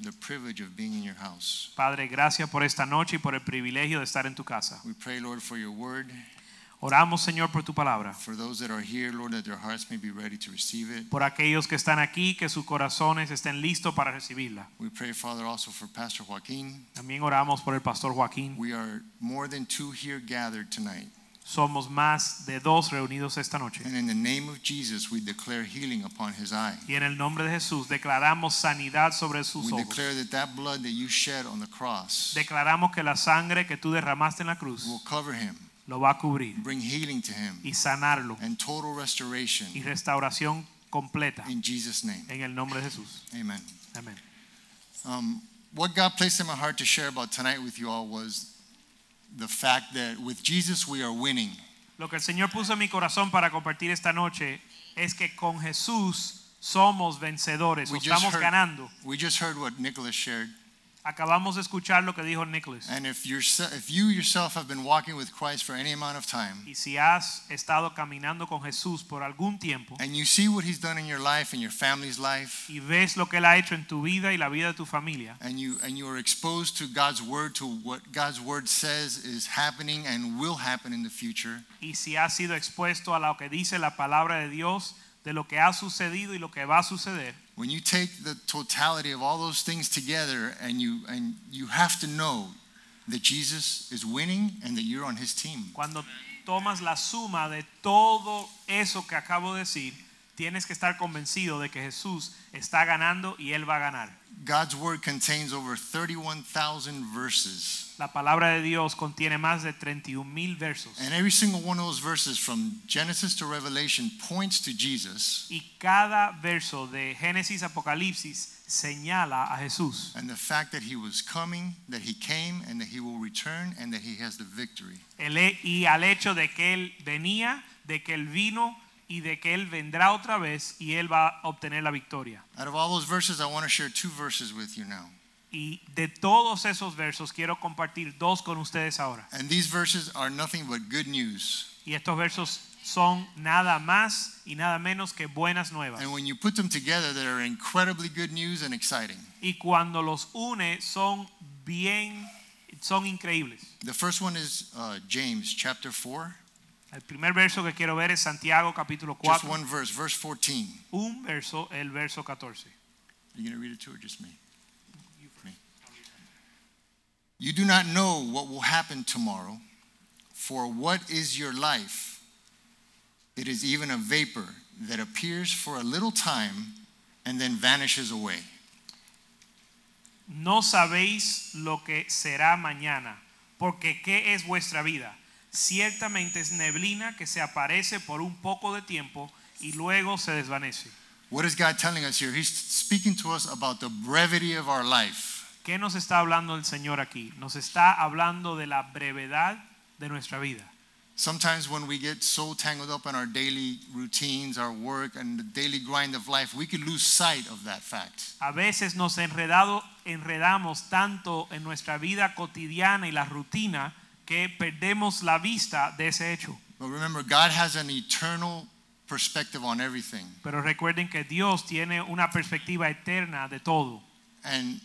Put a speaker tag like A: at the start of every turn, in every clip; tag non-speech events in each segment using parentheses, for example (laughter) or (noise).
A: the privilege of being in your house.
B: Padre, gracias por esta noche y por el privilegio de estar en tu casa.
A: We pray, Lord, for your word,
B: Oramos, Señor, por tu palabra,
A: for those that are here, Lord, that their hearts may be ready to receive it.
B: por aquellos que están aquí, que sus corazones estén listos para recibirla.
A: We pray, Father, also for Pastor Joaquin.
B: También oramos por el pastor Joaquín.
A: We are more than two here gathered tonight.
B: Somos más de dos reunidos esta noche.
A: And in the name of Jesus, we declare healing upon his eye.
B: Y en el nombre de Jesús declaramos sanidad sobre sus
A: We
B: ojos.
A: declare that that blood that you shed on the cross
B: Declaramos que la sangre que tú derramaste en la
A: will
B: cruz
A: cover him,
B: lo va a cubrir
A: bring healing to him,
B: y sanarlo
A: and total
B: y
A: restoration
B: restauración completa
A: in Jesus' name.
B: en el nombre de Jesús.
A: Amen.
B: Amén.
A: Um, what God placed in my heart to share about tonight with you all was the fact that with Jesus we are winning.
B: Lo que el Señor puso en mi corazón para compartir esta noche es que con Jesús somos vencedores, o
A: We just
B: estamos
A: heard-
B: ganando.
A: We just heard what Nicholas shared,
B: Acabamos de escuchar lo que dijo Nicholas.
A: and if you if you yourself have been walking with Christ for any amount of time,
B: Y si has estado caminando con Jesús por algún tiempo
A: and you see what He's done in your life and your family's life,
B: y ves lo que Él ha hecho en tu vida y la vida de tu familia,
A: and you and you are exposed to God's word to what God's word says is happening and will happen in the future,
B: y si has sido expuesto a lo que dice la palabra de Dios, de lo que ha sucedido y lo que va a suceder,
A: when you take the totality of all those things together and you and you have to know that Jesus is winning and that you're on his team.
B: cuando tomas la suma de todo eso que acabo de decir, tienes que estar convencido de que Jesús está ganando y Él va a ganar.
A: God's word contains over 31,000 verses.
B: La palabra de Dios contiene más de 31 mil versos.
A: And every single one of those verses from Genesis to Revelation points to Jesus
B: Y cada verso de Génesis Apocalipsis señala a Jesús.
A: and the fact that he was coming, that he came and that he will return and that he has the victory.
B: El he- y al hecho de que Él venía, de que Él vino y de que Él vendrá otra vez y Él va a obtener la victoria.
A: Out of all those verses, I want to share two verses with you now.
B: Y de todos esos versos quiero compartir dos con ustedes ahora.
A: And these verses are nothing but good news.
B: Y estos versos son nada más y nada menos que buenas nuevas.
A: And when you put them together, they're incredibly good news and exciting.
B: Y cuando los une son bien, son increíbles.
A: The first one is uh, James chapter 4,
B: El primer verso que quiero ver es Santiago capítulo
A: just
B: 4,
A: one verse, verse 14.
B: un verso, el verso 14.
A: Are you going to read it too, or just me? Me. You do not know what will happen tomorrow, for what is your life? It is even a vapor that appears for a little time and then vanishes away.
B: No sabéis lo que será mañana, porque ¿qué es vuestra vida? Ciertamente es neblina que se aparece por un poco de tiempo y luego se desvanece.
A: What is God telling us here? He's speaking to us about the brevity of our life.
B: ¿Qué nos está hablando el Señor aquí? Nos está hablando de la brevedad de nuestra vida.
A: Sometimes, when we get so tangled up in our daily routines, our work, and the daily grind of life, we could lose sight of that fact.
B: A veces nos enredado, enredamos tanto en nuestra vida cotidiana y la rutina que perdemos la vista de ese hecho.
A: But remember, God has an eternal perspective on everything.
B: Pero recuerden que Dios tiene una perspectiva eterna de todo.
A: And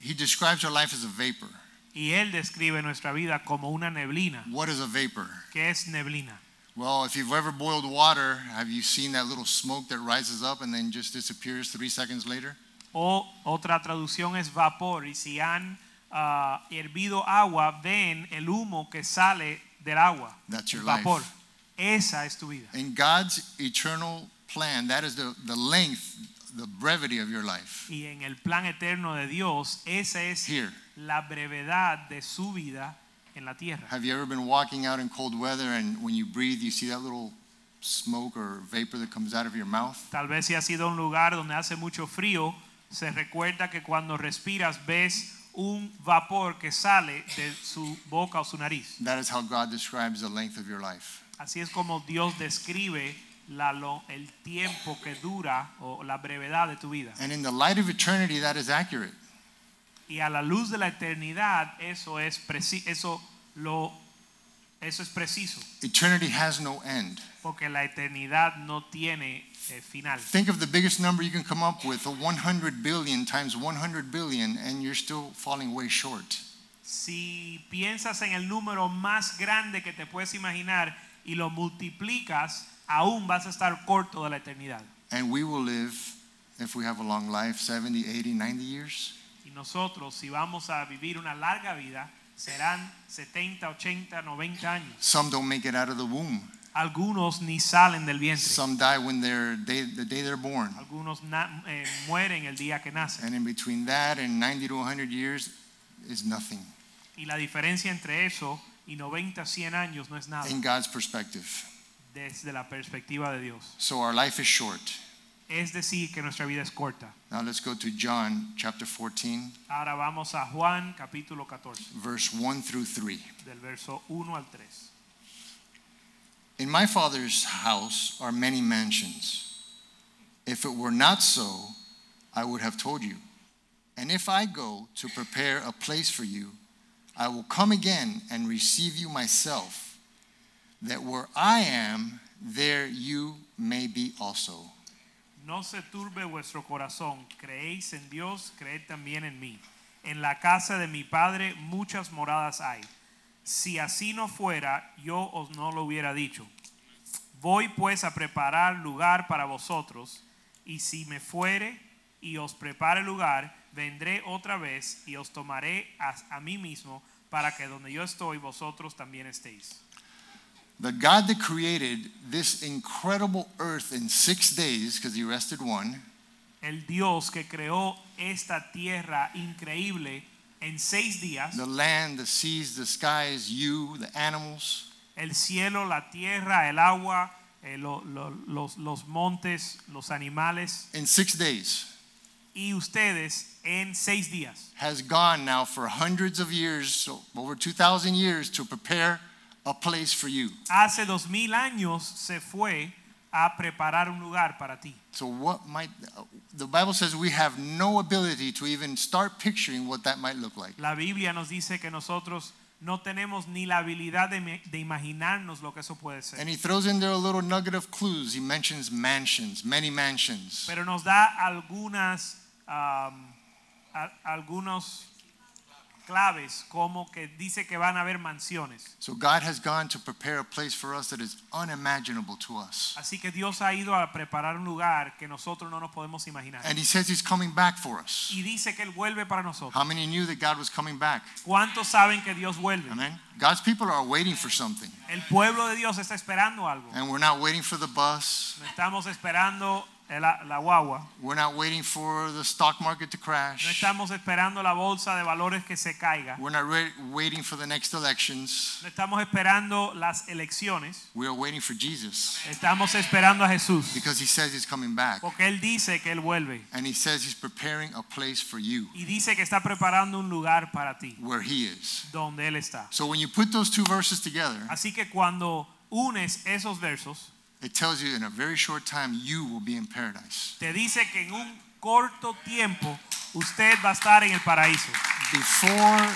A: He describes our life as a vapor.
B: Y Él describe nuestra vida como una neblina.
A: What is a vapor?
B: ¿Qué es neblina?
A: Well, if you've ever boiled water, have you seen that little smoke that rises up and then just disappears three seconds later?
B: O otra traducción es vapor. Y si han ah, hervido agua, ven el humo que sale del agua.
A: That's your
B: Vapor.
A: life.
B: Esa es tu vida.
A: In God's eternal plan, that is the, the length, the brevity of your life.
B: Y en el plan eterno de Dios, esa es
A: Here,
B: la brevedad de su vida en la tierra.
A: have you ever been walking out in cold weather and when you breathe, you see that little smoke or vapor that comes out of your mouth?
B: Tal vez si has ido a un lugar donde hace mucho frío, se recuerda que cuando respiras ves un vapor que sale de su boca o su nariz.
A: That is how God describes the length of your life.
B: Así es como Dios describe la lo- el tiempo que dura o la brevedad de tu vida.
A: And in the light of eternity, that is accurate.
B: Y a la luz de la eternidad, eso es preci- eso lo eso es preciso,
A: Eternity has no end.
B: porque la eternidad no tiene eh, final.
A: Think of the biggest number you can come up with, a 100 billion times 100 billion, and you're still falling way short.
B: Si piensas en el número más grande que te puedes imaginar y lo multiplicas, aún vas a estar corto de la eternidad.
A: And we will live, if we have a long life, 70, 80, 90 years.
B: Y nosotros, si vamos a vivir una larga vida, serán 70, 80, 90 años.
A: Some don't make it out of the womb.
B: Algunos ni salen del vientre.
A: Some die when they're they, the day they're born.
B: Algunos na- eh, mueren el día que nacen.
A: And in between that and 90 to 100 years is nothing
B: Y la diferencia entre eso y 90, 100 años no es nada
A: in God's perspective.
B: desde la perspectiva de Dios.
A: So our life is short.
B: Es decir, que nuestra vida es corta.
A: Now let's go to John chapter 14,
B: Ahora vamos a Juan capítulo 14.
A: verse 1 through 3.
B: del verso 1 al 3.
A: In my Father's house are many mansions. If it were not so, I would have told you. And if I go to prepare a place for you, I will come again and receive you myself, that where I am, there you may be also.
B: No se turbe vuestro corazón, creéis en Dios, creed también en mí. En la casa de mi Padre muchas moradas hay. Si así no fuera, yo os no lo hubiera dicho. Voy pues a preparar lugar para vosotros, y si me fuere y os prepare lugar, vendré otra vez y os tomaré a, a mí mismo, para que donde yo estoy, vosotros también estéis.
A: The God that created this incredible earth in six days, because he rested one,
B: el Dios que creó esta tierra increíble en seis días,
A: the land, the seas, the skies, you, the animals.
B: el cielo, la tierra, el agua, eh, lo- lo- los, los montes, los animales,
A: in six days
B: y ustedes en seis días.
A: has gone now for hundreds of years, so over 2,000 years, to prepare a place for you.
B: Hace dos mil años se fue a preparar un lugar para ti.
A: So, what might the Bible says we have no ability to even start picturing what that might look like.
B: La Biblia nos dice que nosotros no tenemos ni la habilidad de, me- de imaginarnos lo que eso puede ser.
A: And he throws in there a little nugget of clues. He mentions mansions, many mansions.
B: pero nos da algunas am, a- algunos claves como que dice que van a haber mansiones
A: So, God has gone to prepare a place for us that is unimaginable to us.
B: así que Dios ha ido a preparar un lugar que nosotros no nos podemos imaginar
A: And he says he's coming back for us.
B: y dice que Él vuelve para nosotros
A: How many knew that God was coming back?
B: ¿cuántos saben que Dios vuelve?
A: Amen. God's people are waiting for something.
B: el pueblo de Dios está esperando algo
A: And we're not waiting for the bus.
B: no estamos esperando la, la guagua
A: We're not waiting for the stock market to
B: no
A: crash.
B: estamos esperando la bolsa de valores que se caiga
A: We're not re- waiting for the next elections.
B: no estamos esperando las elecciones
A: We are waiting for Jesus
B: estamos esperando a Jesús
A: because he says he's coming back.
B: porque Él dice que Él vuelve
A: And he says he's preparing a place for you
B: y dice que está preparando un lugar para ti,
A: where he is.
B: donde Él está.
A: So when you put those two verses together,
B: Así que cuando unes esos versos,
A: it tells you in a very short time you will be in paradise.
B: te dice que en un corto tiempo usted va a estar en el paraíso.
A: Before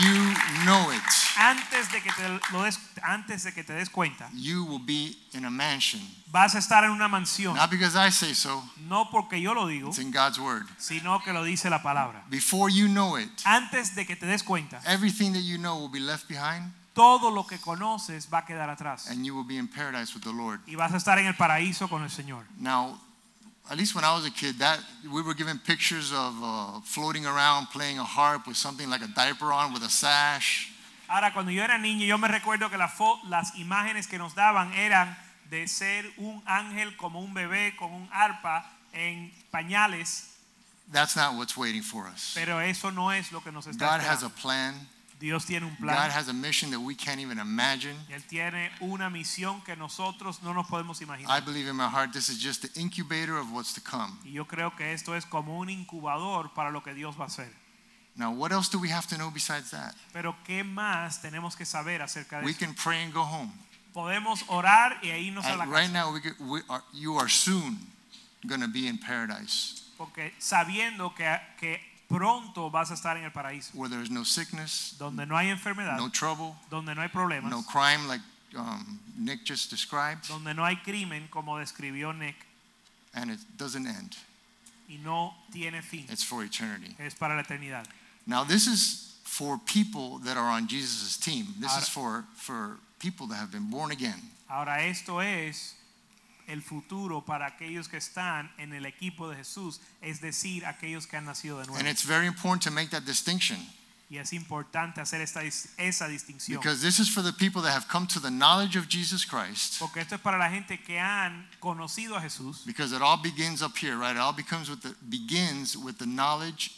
A: you know it,
B: Antes de que te, lo des, antes de que te des cuenta,
A: you will be in a mansion.
B: vas a estar en una mansión,
A: Not because I say so,
B: no porque yo lo digo,
A: it's in God's word.
B: sino que lo dice la palabra.
A: Before you know it,
B: Antes de que te des cuenta,
A: everything that you know will be left behind
B: todo lo que conoces va a quedar atrás
A: and you will be in paradise with the Lord.
B: y vas a estar en el paraíso con el Señor.
A: Now, at least when I was a kid, that we were given pictures of uh, floating around playing a harp with something like a diaper on with a sash.
B: Ahora, cuando yo era niño, yo me recuerdo que la fo- las imágenes que nos daban eran de ser un ángel como un bebé con un arpa en pañales,
A: That's not what's waiting for us.
B: pero eso no es lo que nos está
A: God has a
B: esperando.
A: plan.
B: Dios tiene un
A: God
B: plan.
A: has a mission that we can't even imagine.
B: y Él tiene una misión que nosotros no nos podemos
A: I
B: imaginar.
A: believe in my heart this is just the incubator of what's to come.
B: Y yo creo que esto es como un incubador para lo que Dios va a hacer.
A: Now, what else do we have to know besides that?
B: Pero ¿qué más tenemos que saber acerca de
A: We
B: eso?
A: can pray and go home.
B: Podemos orar y irnos a
A: At-
B: la
A: right
B: casa,
A: now, we, get- we are, you are soon going to be in paradise
B: porque sabiendo que, que pronto vas a estar en el paraíso,
A: where there is no sickness,
B: donde no hay enfermedad,
A: no trouble,
B: donde no hay problemas,
A: no crime like um, Nick just described,
B: donde no hay crimen como describió Nick
A: and it doesn't end.
B: y no tiene fin,
A: It's for eternity.
B: es para la eternidad.
A: Now, this is for people that are on Jesus' team. This
B: Ahora-
A: is for, for people that have been born again.
B: Ahora esto es el futuro para aquellos que están en el equipo de Jesús, es decir, aquellos que han nacido de
A: And
B: nuevo.
A: it's very important to make that distinction
B: Y es importante hacer esta, dis- esa distinción.
A: because this is for the people that have come to the knowledge of Jesus Christ.
B: Porque esto es para la gente que han conocido a Jesús.
A: Because it all begins up here, right? It all becomes with the, begins with the knowledge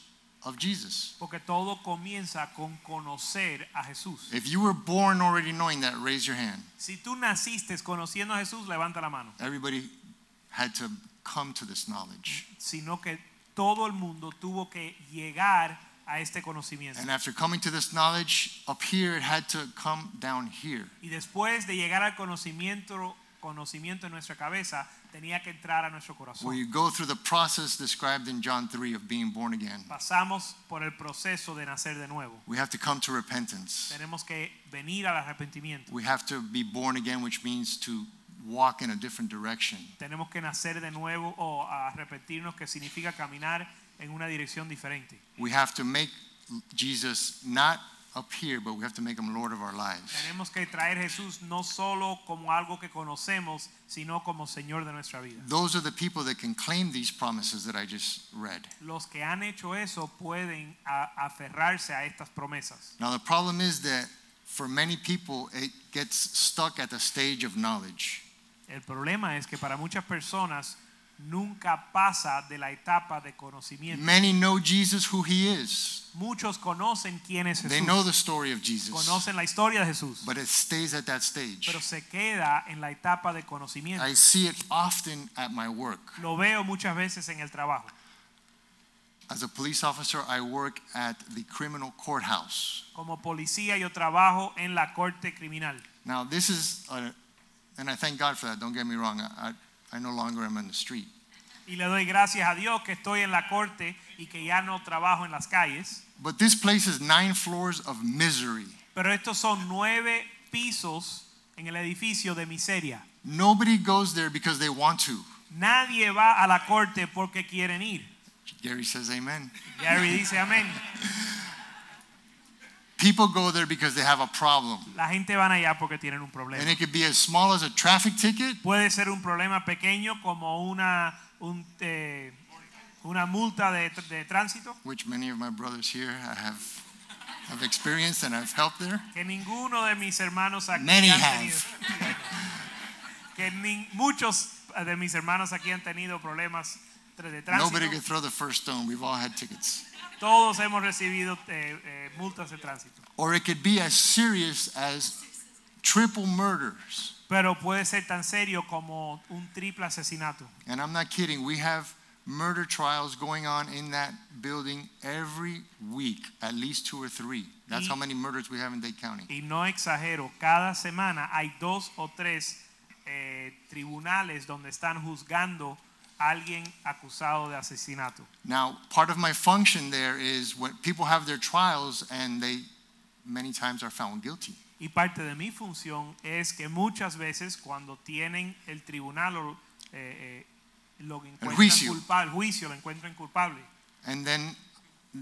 A: of Jesus.
B: Porque todo comienza con conocer a Jesús.
A: If you were born already knowing that, raise your hand.
B: Si tú naciste conociendo a Jesús, levanta la mano.
A: Everybody had to come to this knowledge.
B: Sino que todo el mundo tuvo que llegar a este conocimiento.
A: And after coming to this knowledge up here, it had to come down here.
B: Y después de llegar al conocimiento, conocimiento en nuestra cabeza, tenía que entrar a nuestro
A: where
B: corazón.
A: you go through the process described in John 3 of being born again.
B: Pasamos por el proceso de nacer de nuevo.
A: We have to come to repentance.
B: Tenemos que venir al arrepentimiento.
A: We have to be born again, which means to walk in a different direction.
B: Tenemos que nacer de nuevo o arrepentirnos, que significa caminar en una dirección diferente.
A: We have to make Jesus not up here, but we have to make him Lord of our lives.
B: Tenemos que traer Jesús no solo como algo que conocemos, sino como Señor de nuestra vida.
A: Those are the people that can claim these promises that I just read.
B: Los que han hecho eso pueden a- aferrarse a estas promesas.
A: Now, the problem is that for many people, it gets stuck at the stage of knowledge.
B: El problema es que para muchas personas nunca pasa de la etapa de conocimiento.
A: Many know Jesus who he is,
B: Muchos conocen quién es
A: they know
B: Jesús,
A: the story of Jesus,
B: conocen la historia de Jesús,
A: but it stays at that stage.
B: pero se queda en la etapa de conocimiento.
A: I see it often at my work.
B: Lo veo muchas veces en el trabajo.
A: As a police officer, I work at the criminal courthouse.
B: Como policía yo trabajo en la corte criminal.
A: Now, this is, a, and I thank God for that, don't get me wrong. I, I, I no longer am on the street.
B: Y le doy gracias a Dios que estoy en la corte y que ya no trabajo en las calles.
A: But this place is nine floors of misery.
B: Pero estos son nueve pisos en el edificio de miseria.
A: Nobody goes there because they want to.
B: Nadie va a la corte porque quieren ir.
A: Gary says amen.
B: Gary dice amén.
A: People go there because they have a problem.
B: La gente van allá porque tienen un
A: And
B: problema.
A: it could be as small as a traffic ticket
B: Puede ser un problema pequeño como una, un, eh, una multa de, tr- de tránsito,
A: which many of my brothers here I have, have experienced and I've helped there.
B: que ninguno de mis hermanos aquí
A: Many
B: han
A: have.
B: tenido. que nin- muchos de mis hermanos aquí han tenido problemas tr- de
A: Nobody
B: tránsito.
A: could throw the first stone. We've all had tickets.
B: Todos hemos recibido eh, eh, multas de tránsito.
A: or it could be as serious as triple murders.
B: Pero puede ser tan serio como un triple asesinato.
A: And I'm not kidding, we have murder trials going on in that building every week, at least two or three. That's how many murders we have in Dade County.
B: Y no exagero, cada semana hay dos o tres eh, tribunales donde están juzgando a alguien acusado de asesinato.
A: Now, part of my function there is when people have their trials and they many times are found guilty.
B: Y parte de mi función es que muchas veces cuando tienen el tribunal o eh, eh, lo encuentran
A: juicio.
B: culpable, juicio lo encuentran culpable.
A: And then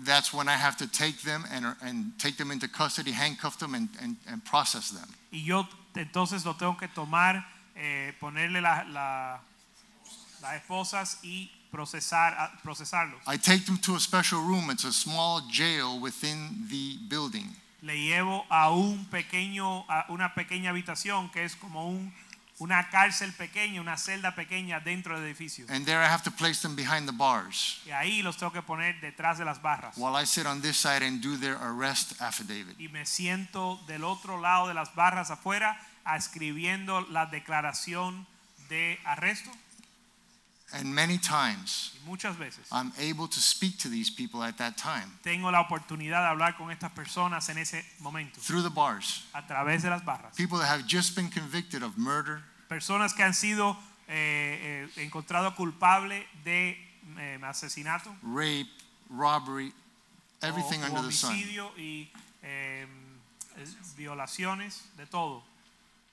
A: that's when I have to take them and, and take them into custody, handcuff them, and, and, and process them.
B: Y yo t- entonces lo tengo que tomar, eh, ponerle la- la- las esposas y procesar, a- procesarlos.
A: I take them to a special room. It's a small jail within the building.
B: le llevo a un pequeño a una pequeña habitación que es como un una cárcel pequeña, una celda pequeña dentro del edificio.
A: And there I have to place them behind the bars
B: Y ahí los tengo que poner detrás de las barras.
A: while I sit on this side and do their arrest affidavit.
B: Y me siento del otro lado de las barras afuera a escribiendo la declaración de arresto.
A: And many times
B: Y muchas veces
A: I'm able to speak to these people at that time
B: tengo la oportunidad de hablar con estas personas en ese momento,
A: through the bars.
B: a través de las barras.
A: People that have just been convicted of murder,
B: Personas que han sido eh, eh, encontrados culpables de eh, asesinato,
A: rape, robbery, everything
B: o- o
A: under the sun.
B: homicidio y eh, es- violaciones, de todo.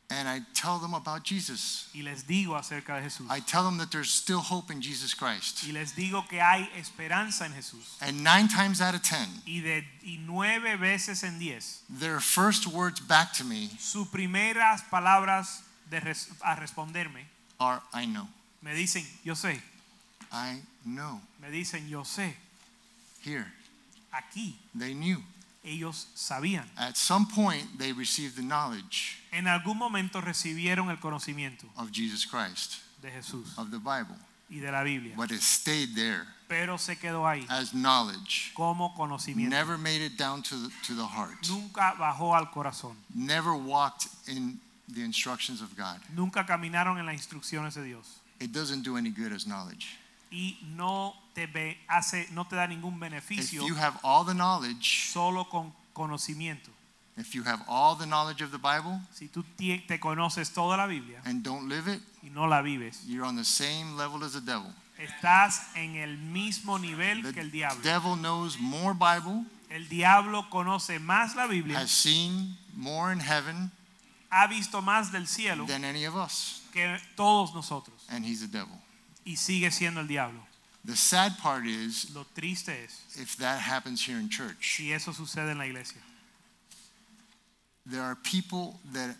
A: And I tell them about Jesus.
B: Y les digo acerca de Jesús.
A: I tell them that there's still hope in Jesus Christ.
B: Y les digo que hay esperanza en Jesús.
A: And nine times out of ten,
B: Y, de, y nueve veces en diez,
A: their first words back to me
B: sus primeras palabras de res- a responderme
A: are, I know.
B: me dicen, yo sé,
A: I know.
B: me dicen, yo sé,
A: Here,
B: aquí
A: they knew.
B: ellos sabían.
A: At some point, they received the knowledge
B: En algún momento recibieron el conocimiento
A: of Jesus Christ,
B: de Jesús
A: of the Bible,
B: y de la Biblia,
A: but it stayed there
B: pero se quedó ahí
A: as knowledge.
B: como conocimiento.
A: Ah. Never made it down to the, to the heart.
B: Nunca bajó al corazón,
A: Never walked in the instructions of God.
B: nunca caminaron en las instrucciones de Dios
A: It doesn't do any good as knowledge.
B: y no te be- hace no te da ningún
A: If
B: beneficio
A: you have all the knowledge,
B: solo con conocimiento.
A: If you have all the knowledge of the Bible
B: Si tú ti- te conoces toda la Biblia
A: and don't live it,
B: y no la vives,
A: you're on the same level as the devil.
B: estás en el mismo nivel que el
A: The
B: diablo.
A: devil knows more Bible,
B: El diablo conoce más la Biblia,
A: has seen more in heaven
B: ha visto más del cielo
A: than any of us,
B: que todos nosotros
A: and he's a devil.
B: y sigue siendo el diablo.
A: The sad part is
B: Lo triste es
A: if that happens here in church.
B: si eso sucede en la iglesia.
A: There are people that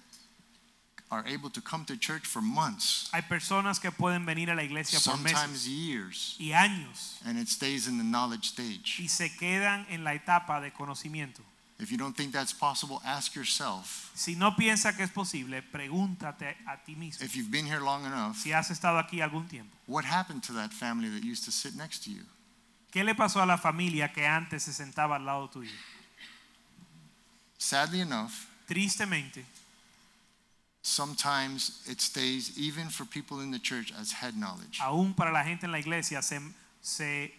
A: are able to come to church for months,
B: Hay personas que pueden venir a la iglesia por meses
A: sometimes years,
B: y años
A: and it stays in the knowledge stage.
B: y se quedan en la etapa de conocimiento.
A: If you don't think that's possible, ask yourself.
B: Si no piensa que es posible, pregúntate a ti mismo.
A: If you've been here long enough,
B: Si has estado aquí algún tiempo.
A: what happened to that family that used to sit next to you?
B: ¿Qué le pasó a la familia que antes se sentaba al lado tuyo?
A: Sadly enough,
B: Tristemente,
A: sometimes it stays even for people in the church as head knowledge.
B: aún para la gente en la iglesia, se, se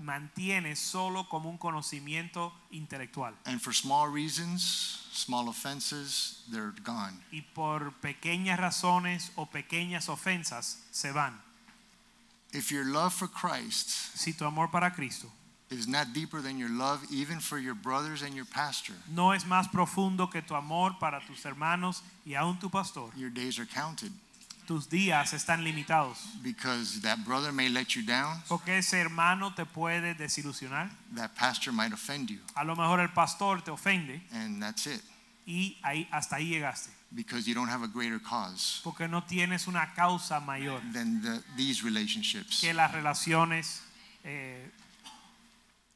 B: mantiene solo como un conocimiento intelectual.
A: And for small reasons, small offenses, they're gone.
B: Y por pequeñas razones o pequeñas ofensas se van.
A: If your love for Christ
B: Si tu amor para Cristo
A: is not deeper than your love even for your brothers and your pastor,
B: no es más profundo que tu amor para tus hermanos y aún tu pastor,
A: your days are counted
B: tus días están limitados.
A: because that brother may let you down,
B: Porque ese hermano te puede desilusionar.
A: that pastor might offend you,
B: A lo mejor el pastor te ofende
A: and that's it
B: y ahí, hasta ahí llegaste.
A: because you don't have a greater cause
B: porque no tienes una causa mayor
A: than the, these relationships.
B: que las relaciones eh,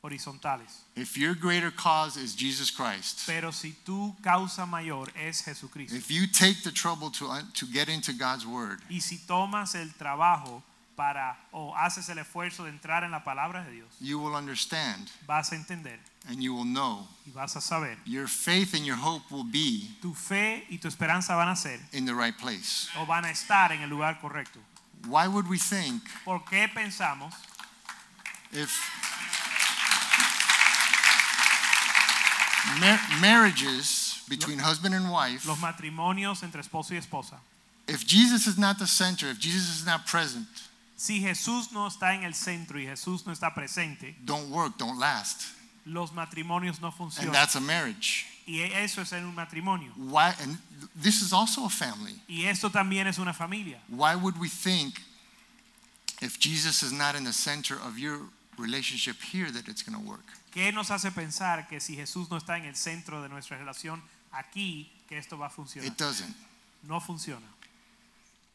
B: horizontales.
A: If your greater cause is Jesus Christ,
B: Pero si tu causa mayor es Jesucristo
A: If you take the trouble to, un- to get into God's word,
B: y si tomas el trabajo para o haces el esfuerzo de entrar en la palabra de Dios,
A: you will understand
B: vas a entender
A: and you will know.
B: y vas a saber.
A: Your faith and your hope will be
B: Tu fe y tu esperanza van a ser
A: in the right place.
B: o van a estar en el lugar correcto.
A: Why would we think
B: ¿Por qué pensamos?
A: if mar- marriages between husband and wife,
B: Los matrimonios entre esposo y esposa.
A: if Jesus is not the center, if Jesus is not present,
B: Si Jesús no está en el centro y Jesús no está presente,
A: don't work, don't last.
B: los matrimonios no
A: And
B: funcionan.
A: that's a marriage.
B: Y eso es en un matrimonio.
A: Why, and th- this is also a family.
B: Y esto también es una familia.
A: Why would we think if Jesus is not in the center of your relationship here that it's going to work?
B: ¿Qué nos hace pensar que si Jesús no está en el centro de nuestra relación aquí, que esto va a funcionar?
A: It doesn't.
B: No funciona.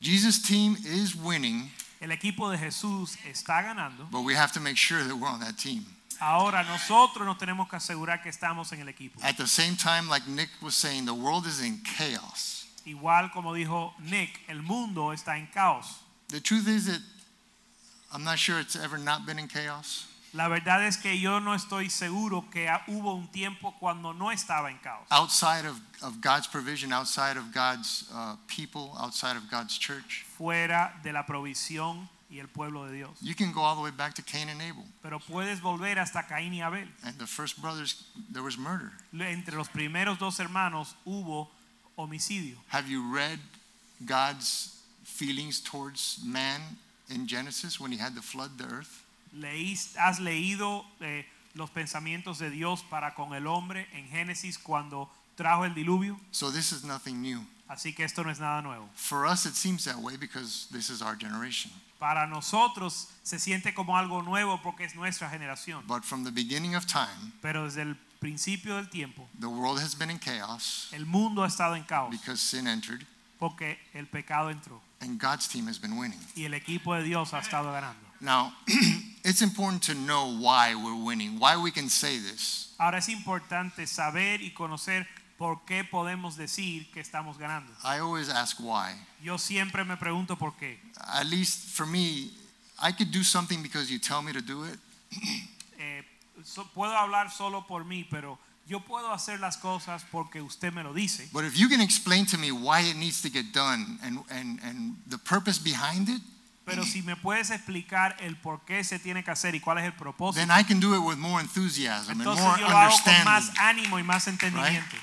A: Jesus' team is winning,
B: El equipo de Jesús está ganando.
A: but we have to make sure that we're on that team.
B: Ahora nosotros nos tenemos que asegurar que estamos en el equipo.
A: At the same time, like Nick was saying, the world is in chaos.
B: Igual como dijo Nick, el mundo está en caos.
A: The truth is that I'm not sure it's ever not been in chaos,
B: La verdad es que yo no estoy seguro que ah, hubo un tiempo cuando no estaba en caos.
A: Ah. outside of, of God's provision, outside of God's uh, people, outside of God's church.
B: fuera de la provisión y el pueblo de Dios.
A: You can go all the way back to Cain and Abel.
B: Pero puedes volver hasta Caín y Abel.
A: And the first brothers, there was murder.
B: Le- Entre los primeros dos hermanos hubo homicidio.
A: Have you read God's feelings towards man in Genesis when he had to flood the earth?
B: Leís- ¿Has leído eh, los pensamientos de Dios para con el hombre en Génesis cuando trajo el diluvio?
A: So this is nothing new.
B: Así que esto no es nada nuevo.
A: For us, it seems that way because this is our generation.
B: Para nosotros se siente como algo nuevo porque es nuestra generación.
A: But from the beginning of time,
B: Pero desde el principio del tiempo,
A: the world has been in chaos
B: el mundo ha estado en caos
A: because sin entered,
B: porque el pecado entró
A: and God's team has been winning.
B: y el equipo de Dios ha estado ganando.
A: Now, (clears throat) it's important to know why we're winning, why we can say this.
B: Ahora es importante saber y conocer por qué podemos decir que estamos ganando.
A: I always ask why.
B: Yo siempre me pregunto por qué.
A: At least for me, I could do something because you tell me to do it,
B: Eh, so- puedo hablar solo por mí, pero yo puedo hacer las cosas porque usted me lo dice.
A: But if you can explain to me why it needs to get done and, and, and the purpose behind it,
B: Pero si me puedes explicar el por qué se tiene que hacer y cuál es el propósito,
A: then I can do it with more enthusiasm and
B: entonces
A: more
B: yo lo hago con más
A: understanding.
B: ánimo y más entendimiento.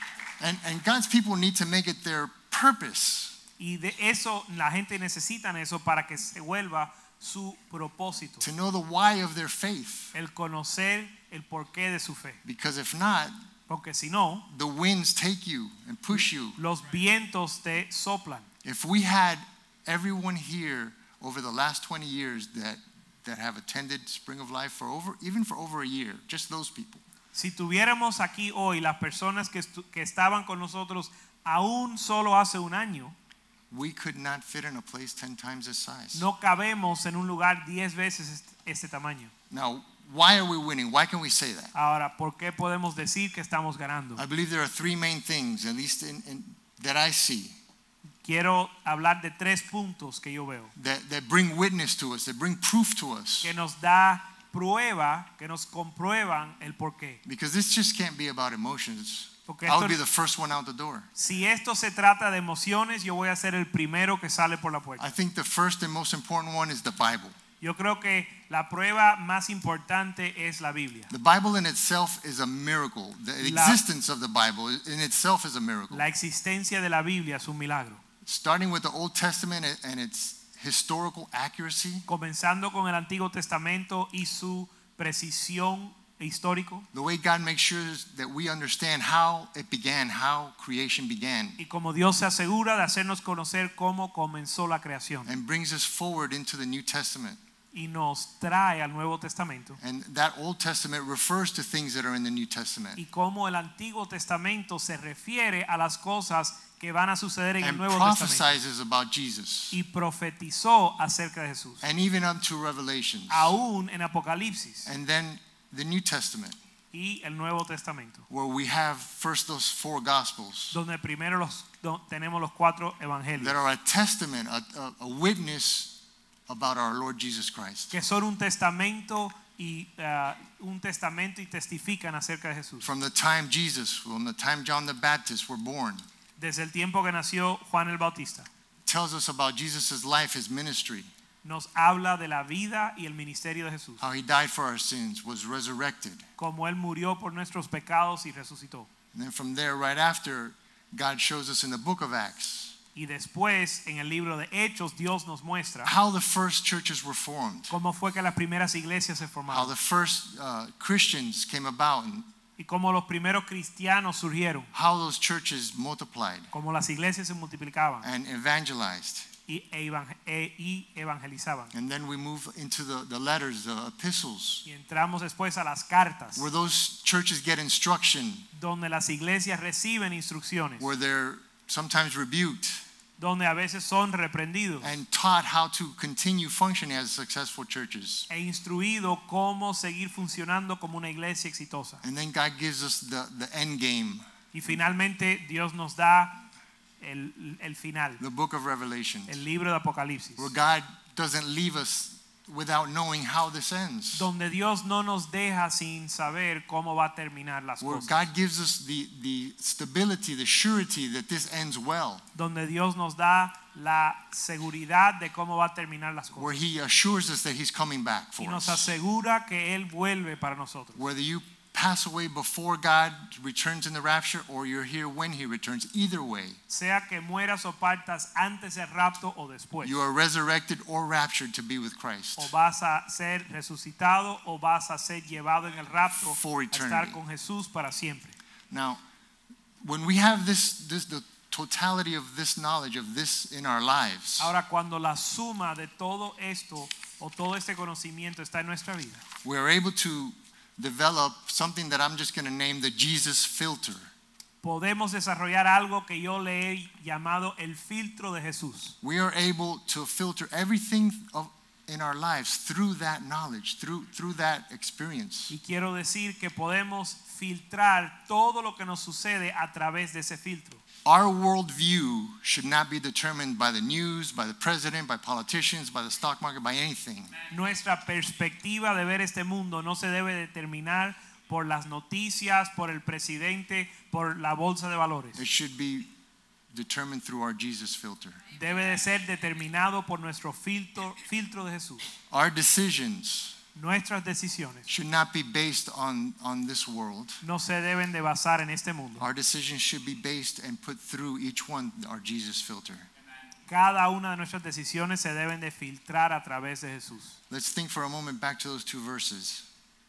A: And, and God's people need to make it their purpose
B: Y de eso la gente necesita eso para que se vuelva su propósito,
A: to know the why of their faith.
B: el conocer el porqué de su fe.
A: Because if not,
B: Porque si no,
A: the winds take you and push you.
B: los vientos te soplan.
A: If we had everyone here over the last 20 years that, that have attended Spring of Life for over, even for over a year, just those people,
B: Si tuviéramos aquí hoy las personas que, estu- que estaban con nosotros aún solo hace un año,
A: we could not fit in a place 10 times this size.
B: no cabemos en un lugar 10 veces est- este tamaño.
A: Now, why are we winning? Why can we say that?
B: Ahora, ¿por qué podemos decir que estamos ganando?
A: I believe there are three main things, at least in, in, that I see,
B: Quiero hablar de tres puntos que yo veo,
A: that, that bring witness to us, that bring proof to us.
B: que nos da prueba, que nos comprueban el porqué.
A: Because this just can't be about emotions.
B: Porque
A: I
B: esto,
A: would be the first one out the door.
B: si esto se trata de emociones, yo voy a ser el primero que sale por la puerta.
A: I think the first and most important one is the Bible.
B: Yo creo que la prueba más importante es la Biblia.
A: The Bible in itself is a miracle. The
B: La-
A: existence of the Bible in itself is a miracle.
B: La existencia de la Biblia es un milagro.
A: Starting with the Old Testament and its historical accuracy,
B: comenzando con el Antiguo Testamento y su precisión histórico
A: the way God makes sure that we understand how it began, how creation began.
B: y como Dios se asegura de hacernos conocer cómo comenzó la creación
A: and brings us forward into the New Testament.
B: y nos trae al Nuevo Testamento
A: And that Old Testament refers to things that are in the New Testament
B: y cómo el Antiguo Testamento se refiere a las cosas que van a suceder en el
A: and
B: Nuevo Testamento
A: prophesizes about Jesus
B: y profetizó acerca de Jesús
A: and even up to Revelations
B: aún en Apocalipsis
A: and then the New Testament
B: y el Nuevo Testamento
A: where we have first those four gospels
B: donde primero los, do- tenemos los cuatro
A: that
B: evangelios
A: are a testament, a, a, a witness about our Lord Jesus Christ.
B: que son un testamento y ah, un testamento y testifican acerca de Jesús.
A: From the time Jesus, from the time John the Baptist were born,
B: Desde el tiempo que nació Juan el Bautista,
A: tells us about Jesus' life, his ministry,
B: nos habla de la vida y el ministerio de Jesús,
A: how he died for our sins, was resurrected,
B: cómo él murió por nuestros pecados y resucitó.
A: And then from there, right after, God shows us in the book of Acts
B: Y después, en el libro de Hechos, Dios nos muestra
A: how the first churches were formed,
B: cómo fue que las primeras iglesias se
A: how
B: formaron
A: the first uh, Christians came about, and
B: y cómo los primeros cristianos surgieron,
A: how those churches multiplied
B: cómo las iglesias se multiplicaban
A: and evangelized.
B: y, e evang- e- y evangelizaban.
A: And then we move into the, the letters, the epistles,
B: Y entramos después a las cartas,
A: where those churches get instruction,
B: donde las iglesias reciben instrucciones.
A: where they're sometimes rebuked
B: donde a veces son reprendidos
A: and taught how to continue functioning as successful churches.
B: e instruido cómo seguir funcionando como una iglesia exitosa.
A: And then God gives us the, the end game,
B: Y finalmente Dios nos da el, el final,
A: the book of Revelation.
B: el libro de Apocalipsis,
A: where God doesn't leave us without knowing how this ends.
B: donde Dios no nos deja sin saber cómo va a terminar las
A: Where
B: cosas,
A: God gives us the, the stability, the surety that this ends well.
B: donde Dios nos da la seguridad de cómo va a terminar las
A: Where
B: cosas
A: He assures us that He's coming back
B: y
A: for
B: nos
A: us.
B: asegura que Él vuelve para nosotros.
A: Whether you pass away before God returns in the rapture or you're here when He returns, either way,
B: Sea que mueras o partas antes del rapto o después.
A: you are resurrected or raptured to be with Christ.
B: o vas a ser resucitado o vas a ser llevado en el rapto
A: For
B: a estar
A: eternity.
B: con Jesús para siempre.
A: Now, when we have this, this the totality of this knowledge of this in our lives,
B: Ahora cuando la suma de todo esto o todo este conocimiento está en nuestra vida,
A: we are able to develop something that I'm just going to name the Jesus filter.
B: podemos desarrollar algo que yo le he llamado el filtro de Jesús.
A: We are able to filter everything of, in our lives through that knowledge, through through that experience.
B: Y quiero decir que podemos filtrar todo lo que nos sucede a través de ese filtro.
A: Our worldview should not be determined by the news, by the president, by politicians, by the stock market, by anything.
B: Nuestra perspectiva de ver este mundo no se debe determinar por las noticias, por el presidente, por la bolsa de valores.
A: It should be determined through our Jesus filter.
B: debe de ser determinado por nuestro filtro, filtro de Jesús.
A: Our decisions
B: Nuestras decisiones
A: should not be based on, on this world.
B: no se deben de basar en este mundo.
A: Our decisions should be based and put through each one our Jesus filter.
B: Cada una de nuestras decisiones se deben de filtrar a través de Jesús.
A: Let's think for a moment back to those two verses.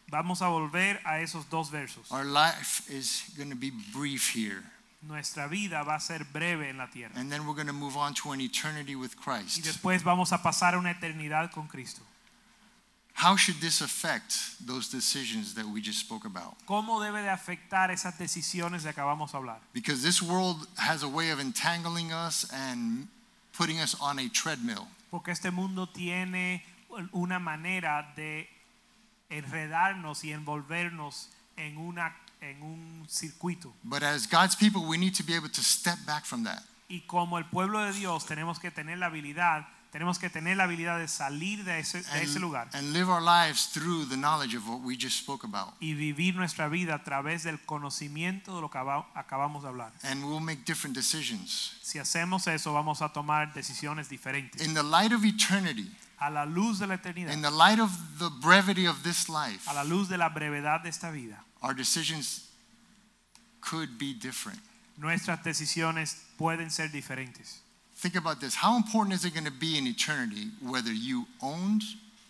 B: Vamos a volver a esos dos versos.
A: Our life is going to be brief here,
B: Nuestra vida va a ser breve en la tierra.
A: and then we're going to move on to an eternity with
B: Y
A: Christ.
B: después vamos a pasar a una eternidad con Cristo.
A: How should this affect those decisions that we just spoke about?
B: ¿Cómo debe de afectar esas decisiones de acabamos de hablar?
A: Because this world has a way of entangling us and putting us on a treadmill.
B: Porque este mundo tiene una manera de enredarnos y envolvernos en, una, en un circuito.
A: But as God's people, we need to be able to step back from that.
B: Y como el pueblo de Dios tenemos que tener la habilidad, tenemos que tener la habilidad de salir de ese, de ese lugar
A: and live our lives through the knowledge of what we just spoke about.
B: y vivir nuestra vida a través del conocimiento de lo que aba- acabamos de hablar.
A: And we'll make different decisions.
B: Si hacemos eso vamos a tomar decisiones diferentes.
A: In the light of eternity,
B: A la luz de la eternidad,
A: in the light of the brevity of this life,
B: a la luz de la brevedad de esta vida,
A: our decisions could be different.
B: nuestras decisiones pueden ser diferentes.
A: Think about this. How important is it going to be in eternity whether you owned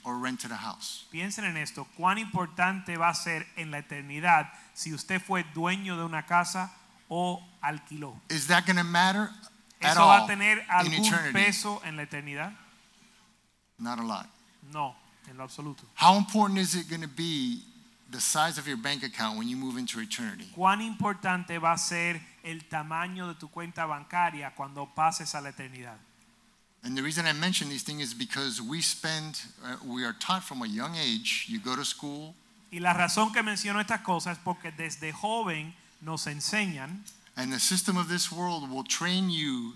A: or rented a house?
B: Piensen en esto, cuán importante va a ser en la eternidad si usted fue dueño de una casa o alquiló.
A: Is that going to matter at
B: ¿Eso va
A: all
B: a tener
A: in
B: algún
A: eternity?
B: peso en la eternidad?
A: Not a lot.
B: No, en lo absoluto.
A: How important is it going to be the size of your bank account when you move into eternity?
B: ¿Cuán importante va a ser el tamaño de tu cuenta bancaria cuando pases a la eternidad?
A: And the reason I mention these things is because we spend, uh, we are taught from a young age, you go to school,
B: Y la razón que menciono estas cosas es porque desde joven nos enseñan
A: and the system of this world will train you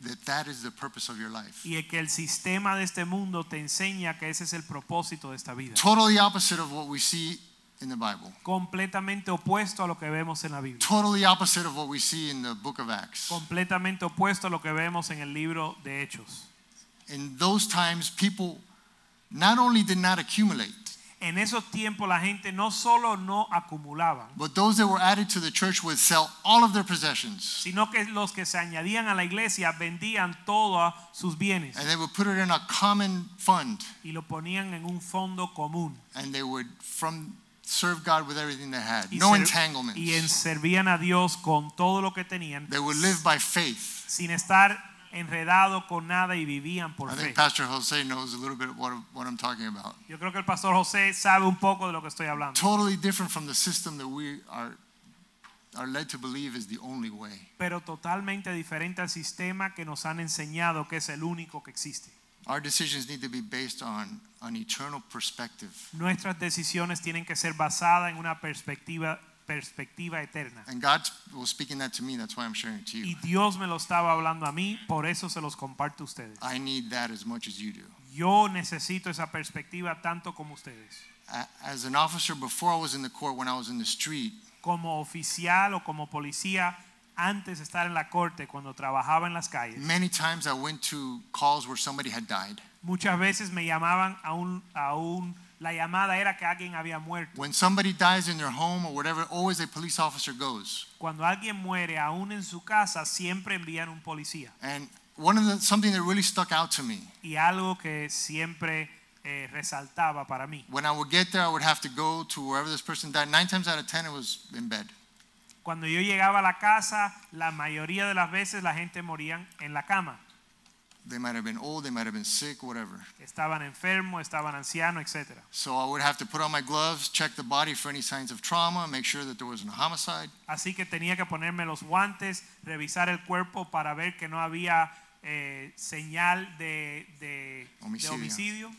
A: that that is the purpose of your life.
B: y es que el sistema de este mundo te enseña que ese es el propósito de esta vida.
A: Totally opposite of what we see in the Bible,
B: Completamente opuesto a lo que vemos en la Biblia.
A: totally opposite of what we see in the book of Acts.
B: completamente opuesto a lo que vemos en el libro de Hechos.
A: In those times, people not only did not accumulate,
B: En esos tiempos la gente no solo no acumulaba,
A: but those that were added to the church would sell all of their possessions
B: sino que los que se añadían a la iglesia vendían todos sus bienes
A: and they would put it in a common fund
B: y lo ponían en un fondo común
A: and they would from serve God with everything they had.
B: y,
A: No
B: ser-
A: entanglements.
B: y en- servían a Dios con todo lo que tenían
A: They would live by faith.
B: sin estar enredado con nada y vivían por
A: I
B: fe.
A: think Pastor Jose knows a little bit what, what I'm talking about.
B: Yo creo que el pastor José sabe un poco de lo que estoy hablando,
A: Totally different from the system that we are, are led to believe is the only way.
B: pero totalmente diferente al sistema que nos han enseñado que es el único que existe.
A: Our decisions need to be based on an eternal perspective.
B: Nuestras decisiones tienen que ser basadas en una perspectiva, perspectiva eterna.
A: And God was speaking that to me. That's why I'm sharing it to you.
B: Y Dios me lo estaba hablando a mí, por eso se los comparto a ustedes.
A: I need that as much as you do.
B: Yo necesito esa perspectiva tanto como ustedes.
A: A- As an officer, before I was in the court, when I was in the street,
B: Como oficial o como policía, antes de estar en la corte, cuando trabajaba en las calles,
A: many times I went to calls where somebody had died.
B: muchas veces me llamaban a un, a un- la llamada era que alguien había muerto.
A: When somebody dies in their home or whatever, always a police officer goes.
B: Cuando alguien muere, aún en su casa, siempre envían un policía.
A: And one of the something that really stuck out to me
B: Y algo que siempre eh, resaltaba para mí.
A: when I would get there, I would have to go to wherever this person died. Nine times out of ten, it was in bed.
B: Cuando yo llegaba a la casa, la mayoría de las veces la gente morían en la cama.
A: They might have been old, they might have been sick, whatever.
B: Estaban enfermos, estaban ancianos, etc.
A: So I would have to put on my gloves, check the body for any signs of trauma, make sure that there wasn't a homicide.
B: Así que tenía que ponerme los guantes, revisar el cuerpo para ver que no había eh, señal de, de- de
A: Homicidio.
B: homicidio.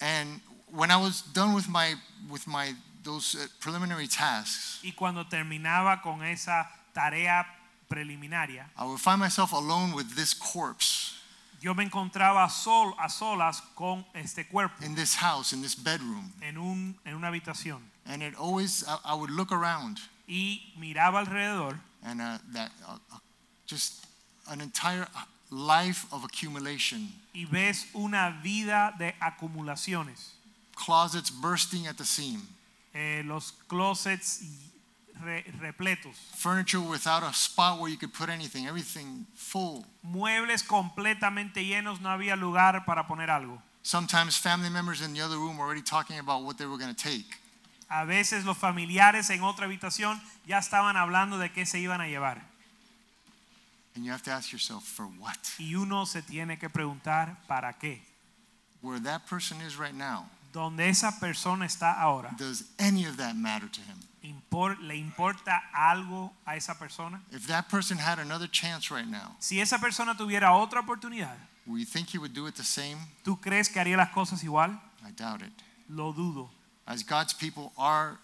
A: And when I was done with my with my those uh, preliminary tasks,
B: Y cuando terminaba con esa tarea preliminaria,
A: I would find myself alone with this corpse
B: yo me encontraba sol, a solas con este cuerpo
A: in this house, in this bedroom.
B: en, un, en una habitación.
A: And it always, I, I would look around
B: Y miraba alrededor
A: and uh, that uh, uh, just an entire uh, life of accumulation,
B: y ves una vida de acumulaciones.
A: closets bursting at the seam,
B: Eh, los closets re- repletos,
A: furniture without a spot where you could put anything, everything full.
B: muebles completamente llenos, no había lugar para poner algo.
A: Sometimes family members in the other room already talking about what they were going to take.
B: A veces los familiares en otra habitación ya estaban hablando de qué se iban a llevar.
A: And you have to ask yourself, for what?
B: Y uno se tiene que preguntar, ¿para qué?
A: Where that person is right now,
B: Donde esa persona está ahora,
A: does any of that matter to him?
B: ¿impor- ¿le importa algo a esa persona?
A: If that person had another chance right now,
B: Si esa persona tuviera otra oportunidad,
A: will you think he would do it the same?
B: ¿tú crees que haría las cosas igual?
A: I doubt it.
B: Lo dudo.
A: As God's people, our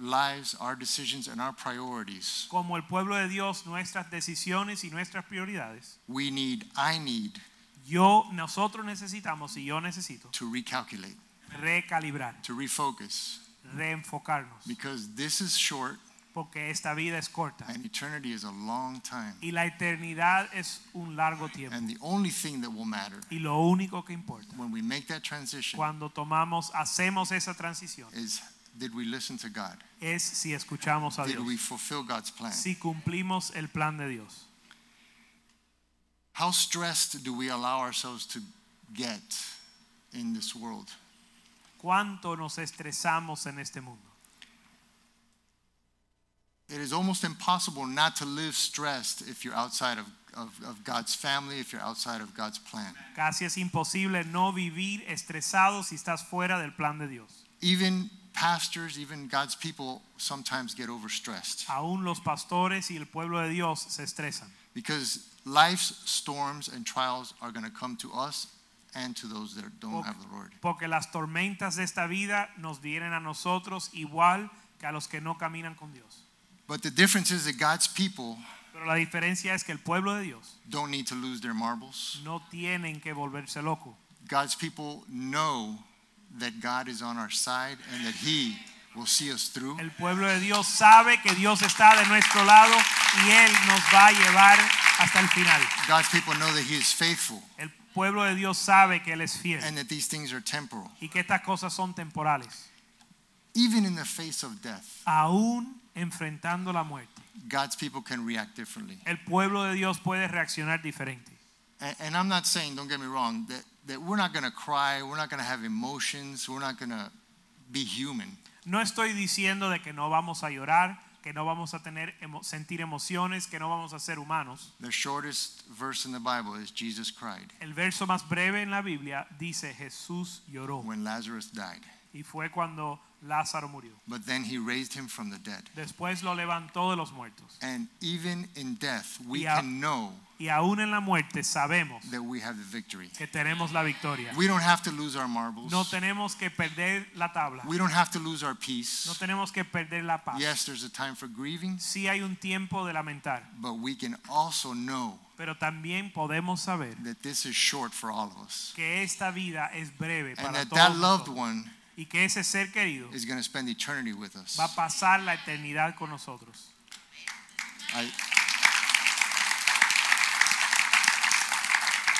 A: lives, our decisions, and our priorities,
B: como el pueblo de Dios nuestras decisiones y nuestras prioridades.
A: we need, I need
B: Yo, nosotros necesitamos y yo necesito
A: to recalculate,
B: recalibrar,
A: to refocus,
B: reenfocarnos,
A: because this is short
B: porque esta vida es corta
A: and eternity is a long time.
B: y la eternidad es un largo tiempo.
A: And the only thing that will matter
B: Y lo único que importa
A: when we make that transition
B: cuando tomamos, hacemos esa transición
A: is did we listen to God?
B: es si escuchamos a
A: Did we
B: Dios,
A: fulfill God's plan?
B: si cumplimos el plan de Dios.
A: How stressed do we allow ourselves to get in this world?
B: ¿Cuánto nos estresamos en este mundo?
A: It is almost impossible not to live stressed if you're outside of, of, of God's family, if you're outside of God's plan.
B: Casi es imposible no vivir estresado si estás fuera del plan de Dios.
A: Even pastors, even God's people sometimes get overstressed
B: aún los pastores y el pueblo de Dios se estresan,
A: because life's storms and trials are going to come to us and to those that don't
B: Ok.
A: have the Lord.
B: porque las tormentas de esta vida nos vienen a nosotros igual que a los que no caminan con Dios.
A: But the difference is that God's people
B: Pero la diferencia es que el pueblo de Dios
A: don't need to lose their marbles.
B: no tienen que volverse loco.
A: God's people know that God is on our side and that He will see us through.
B: El pueblo de Dios sabe que Dios está de nuestro lado y Él nos va a llevar hasta el final.
A: God's people know that He is faithful
B: El pueblo de Dios sabe que Él es fiel
A: and that these things are temporal.
B: y que estas cosas son temporales.
A: Even in the face of death,
B: Aún enfrentando la muerte,
A: God's people can react differently.
B: el pueblo de Dios puede reaccionar diferente.
A: And, and I'm not saying, don't get me wrong, that, that we're not going to cry, we're not going to have emotions, we're not going to be human.
B: No estoy diciendo de que no vamos a llorar, que no vamos a tener emo- sentir emociones, que no vamos a ser humanos.
A: The shortest verse in the Bible is Jesus cried
B: El verso más breve en la Biblia dice Jesús lloró
A: when Lazarus died.
B: y fue cuando Lázaro murió.
A: but then he raised him from the dead.
B: Después lo levantó de los muertos.
A: And even in death, we
B: Yeah.
A: can know
B: Y aún en la muerte sabemos
A: that we have the victory.
B: que tenemos la victoria.
A: We don't have to lose our marbles.
B: No tenemos que perder la tabla.
A: We don't have to lose our
B: No
A: peace.
B: tenemos que perder la paz.
A: Yes, there's a time for grieving,
B: Sí hay un tiempo de lamentar,
A: but we can also know
B: pero también podemos saber
A: that this is short for all of us.
B: que esta vida es breve
A: And
B: para
A: that that
B: todos
A: loved
B: nosotros,
A: one
B: y que ese ser querido
A: is going to spend eternity with us.
B: va a pasar la eternidad con nosotros.
A: I-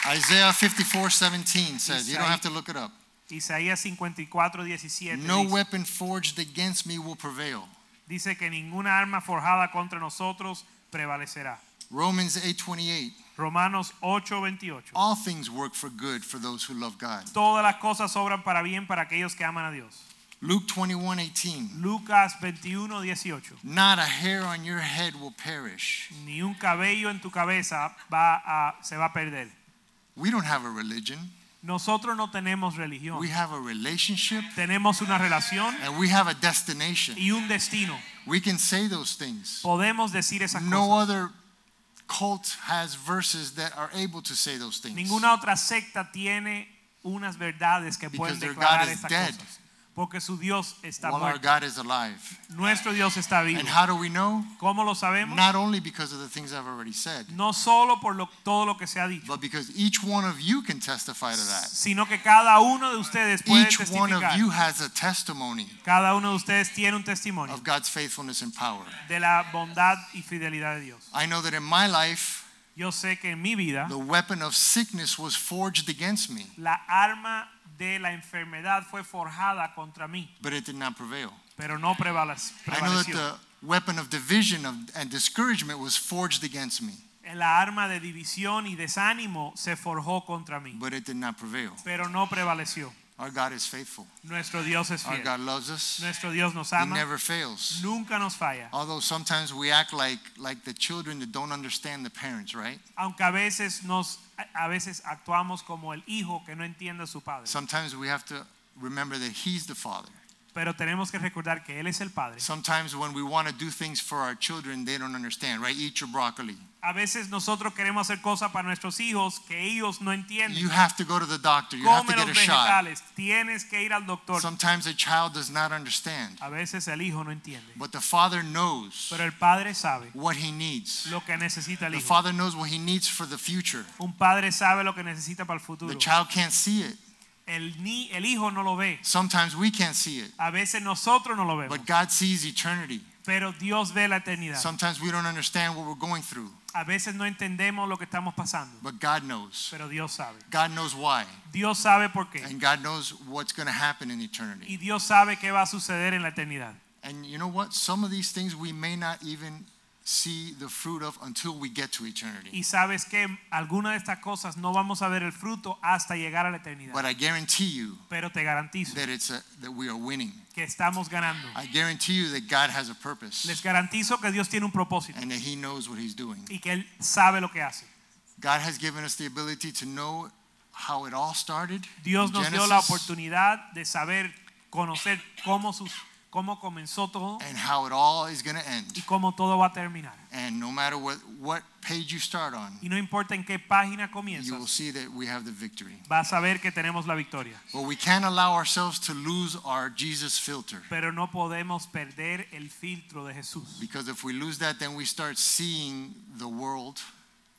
A: Isaiah 54:17 says, you don't have to look it up.
B: Isaías 54, 17
A: No
B: dice,
A: weapon forged against me will prevail.
B: dice que ninguna arma forjada contra nosotros prevalecerá.
A: Romans 8:28.
B: Romanos 8, 28.
A: All things work for good for those who love God.
B: Todas las cosas obran para bien para aquellos que aman a Dios.
A: Luke 21:18.
B: Lucas 21, 18.
A: Not a hair on your head will perish.
B: Ni un cabello en tu cabeza va a, se va a perder.
A: We don't have a religion.
B: Nosotros no tenemos religión.
A: We have a relationship
B: tenemos una relación
A: and we have a destination.
B: y un destino.
A: We can say those things.
B: Podemos decir esas
A: No
B: cosas.
A: other cult has verses that are able to say those things.
B: Ninguna otra secta tiene unas verdades que pueden
A: Because their
B: declarar
A: God is
B: estas
A: dead.
B: cosas. Porque su Dios está
A: While our
B: muerto.
A: God is alive.
B: Nuestro Dios está vivo.
A: And how do we know?
B: ¿Cómo lo sabemos?
A: Not only because of the things I've already said,
B: No solo por lo- todo lo que se ha dicho,
A: but because each one of you can testify to that.
B: sino que cada uno de ustedes puede
A: Each one of
B: testificar.
A: you has a testimony
B: Cada uno de ustedes tiene un testimonio
A: of God's faithfulness and power.
B: de la bondad y fidelidad de Dios.
A: I know that in my life,
B: Yo sé que en mi vida
A: the weapon of sickness was forged against me,
B: la arma de la enfermedad fue forjada contra mí,
A: but it did not prevail.
B: pero no prevalec-
A: I know that
B: prevaleció.
A: the weapon of division of, and discouragement was forged against me,
B: La arma de división y desánimo se forjó contra mí,
A: but it did not prevail.
B: pero no prevaleció.
A: Our God is faithful.
B: Nuestro Dios es
A: Our
B: fiel.
A: Oh, God loves us.
B: Nuestro Dios nos
A: He
B: ama.
A: never fails.
B: Nunca nos falla.
A: Although sometimes we act like like the children that don't understand the parents, right?
B: Aunque a veces nos a veces actuamos como el hijo que no entiende a su padre,
A: Sometimes we have to remember that He's the Father.
B: pero tenemos que recordar que él es el padre.
A: Sometimes when we want to do things for our children, they don't understand, right? Eat your broccoli.
B: A veces nosotros queremos hacer cosas para nuestros hijos que ellos no entienden.
A: You have to go to the doctor. You have
B: Come
A: to
B: los
A: get a shot.
B: vegetales, tienes que ir al doctor.
A: Sometimes a child does not understand,
B: A veces el hijo no entiende,
A: but the Father knows
B: pero el padre sabe
A: what he needs.
B: lo que necesita el
A: The
B: hijo.
A: father knows what he needs for the future.
B: Un padre sabe lo que necesita para el
A: The
B: futuro.
A: child can't see it.
B: El, ni, el hijo no lo ve.
A: Sometimes we can't see it,
B: A veces nosotros no lo vemos,
A: but God sees eternity.
B: pero Dios ve la eternidad.
A: Sometimes we don't understand what we're going through,
B: A veces no entendemos lo que estamos pasando,
A: but God knows.
B: pero Dios sabe.
A: God knows why,
B: Dios sabe por qué.
A: and God knows what's going to happen in eternity.
B: Y Dios sabe qué va a suceder en la eternidad.
A: And you know what? Some of these things we may not even see the fruit of until we get to eternity.
B: Y sabes que algunas de estas cosas no vamos a ver el fruto hasta llegar a la eternidad.
A: But I guarantee you
B: Pero te garantizo
A: that it's a, that we are winning.
B: que estamos ganando.
A: I guarantee you that God has a
B: Les
A: purpose
B: garantizo que Dios tiene un propósito
A: and that he knows what he's doing.
B: y que Él sabe lo que hace.
A: God has given us the ability to know how it all started.
B: Dios
A: in
B: nos dio
A: Genesis,
B: la oportunidad de saber, conocer cómo, sus, cómo comenzó todo
A: And how it all is going to
B: y
A: end.
B: cómo todo va a terminar.
A: And no matter what, what page you start on,
B: Y no importa en qué página
A: you will
B: comienzas,
A: see that we have the victory.
B: vas a ver que tenemos la victoria.
A: But we can't allow ourselves to lose our Jesus filter.
B: Pero no podemos perder el filtro de Jesús.
A: Because if we lose that, then we start seeing the world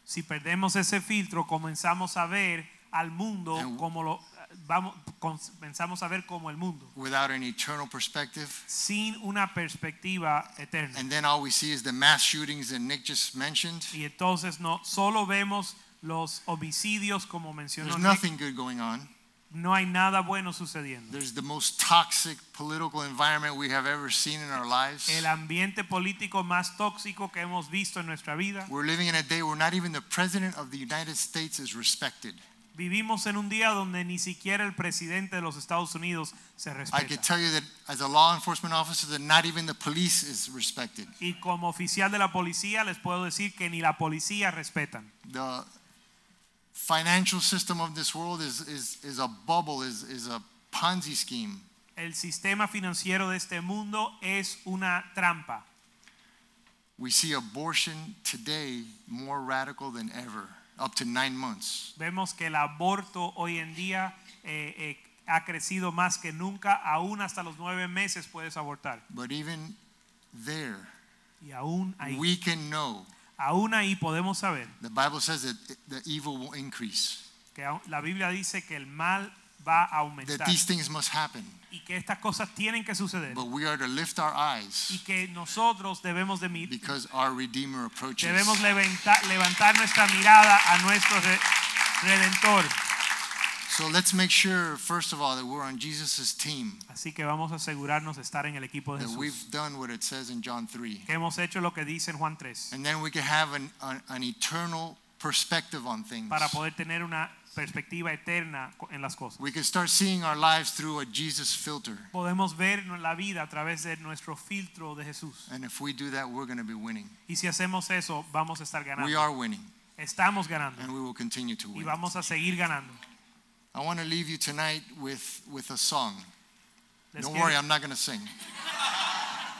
B: Si perdemos ese filtro, comenzamos a ver al mundo
A: And-
B: como lo vamos comenzamos a ver como el mundo
A: without an eternal perspective.
B: sin una perspectiva eterna.
A: And then all we see is the mass shootings that Nick just mentioned.
B: Y entonces no solo vemos los homicidios como mencionó
A: There's
B: Nick,
A: nothing good going on.
B: no hay nada bueno sucediendo.
A: There's the most toxic political environment we have ever seen in our lives.
B: El ambiente político más tóxico que hemos visto en nuestra vida.
A: We're living in a day where not even the President of the United States is respected.
B: Vivimos en un día donde ni siquiera el presidente de los Estados Unidos se
A: I could
B: respeta.
A: tell you that as a law enforcement officer, that not even the police is respected.
B: Y como oficial de la policía les puedo decir que ni la policía respetan.
A: The financial system of this world is, is, is a bubble, is, is a Ponzi scheme.
B: El sistema financiero de este mundo es una trampa.
A: We see abortion today more radical than ever, up to nine months.
B: Vemos que el aborto hoy en día eh, eh, ha crecido más que nunca. Aún hasta los nueve meses puedes abortar.
A: But even there,
B: Y aún ahí,
A: we can know.
B: aún ahí podemos saber
A: The Bible says that the evil will increase,
B: que aún- la Biblia dice que el mal va a
A: that
B: aumentar
A: these things must happen.
B: y que estas cosas tienen que suceder
A: But we are to lift our
B: y
A: eyes
B: que nosotros debemos de mi-
A: because our Redeemer approaches.
B: debemos levanta- levantar nuestra mirada a nuestro re- redentor.
A: So let's make sure, first of all, that we're on Jesus' team,
B: Así que vamos a asegurarnos de estar en el equipo de
A: that
B: Jesús.
A: we've done what it says in John 3.
B: Que hemos hecho lo que dice en Juan 3
A: And then we can have an, an, an eternal perspective on things.
B: para poder tener una perspectiva eterna co- en las cosas.
A: We can start seeing our lives through a Jesus filter.
B: Podemos ver la vida a través de nuestro filtro de Jesús.
A: And if we do that, we're going to be winning.
B: Y si hacemos eso, vamos a estar
A: We
B: ganando.
A: are winning,
B: Estamos ganando
A: and we will continue to
B: y
A: win.
B: vamos a seguir ganando.
A: I want to leave you tonight with, with a song.
B: Les
A: Don't
B: quiero-
A: worry, I'm not going to sing.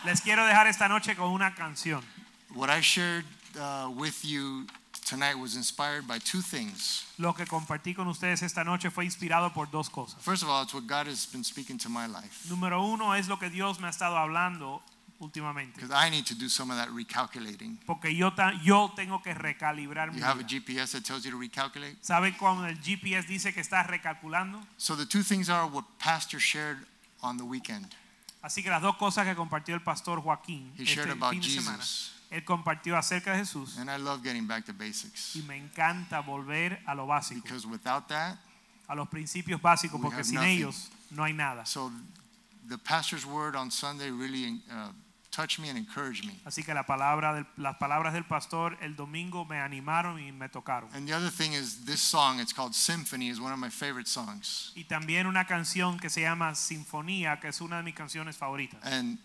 B: Les quiero dejar esta noche con una canción.
A: What I shared uh, with you tonight was inspired by two things.
B: Lo que compartí con ustedes esta noche fue inspirado por dos cosas.
A: First of all, it's what God has been speaking to my life
B: Número uno es lo que Dios me ha estado hablando últimamente.
A: because I need to do some of that recalculating.
B: Porque yo, ta- yo tengo que recalibrar mi
A: You have a
B: vida.
A: GPS that tells you to recalculate.
B: ¿Sabe cuando el GPS dice que está recalculando?
A: So the two things are what Pastor shared on the weekend.
B: Así que las dos cosas que compartió el pastor Joaquín
A: He
B: este
A: shared
B: fin
A: about
B: de semana,
A: Jesus.
B: él compartió acerca de Jesús
A: And I love getting back to basics
B: y me encanta volver a lo básico,
A: because without that,
B: a los principios básicos,
A: we
B: porque
A: have
B: sin
A: nothing.
B: ellos no hay nada.
A: so the pastor's word on Sunday really uh, touched me and encouraged me.
B: Así que la palabra del- las palabras del pastor el domingo me animaron y me tocaron.
A: And the other thing is this song, it's called Symphony, is one of my favorite songs.
B: Y también una canción que se llama Sinfonía, que es una de mis canciones favoritas.
A: and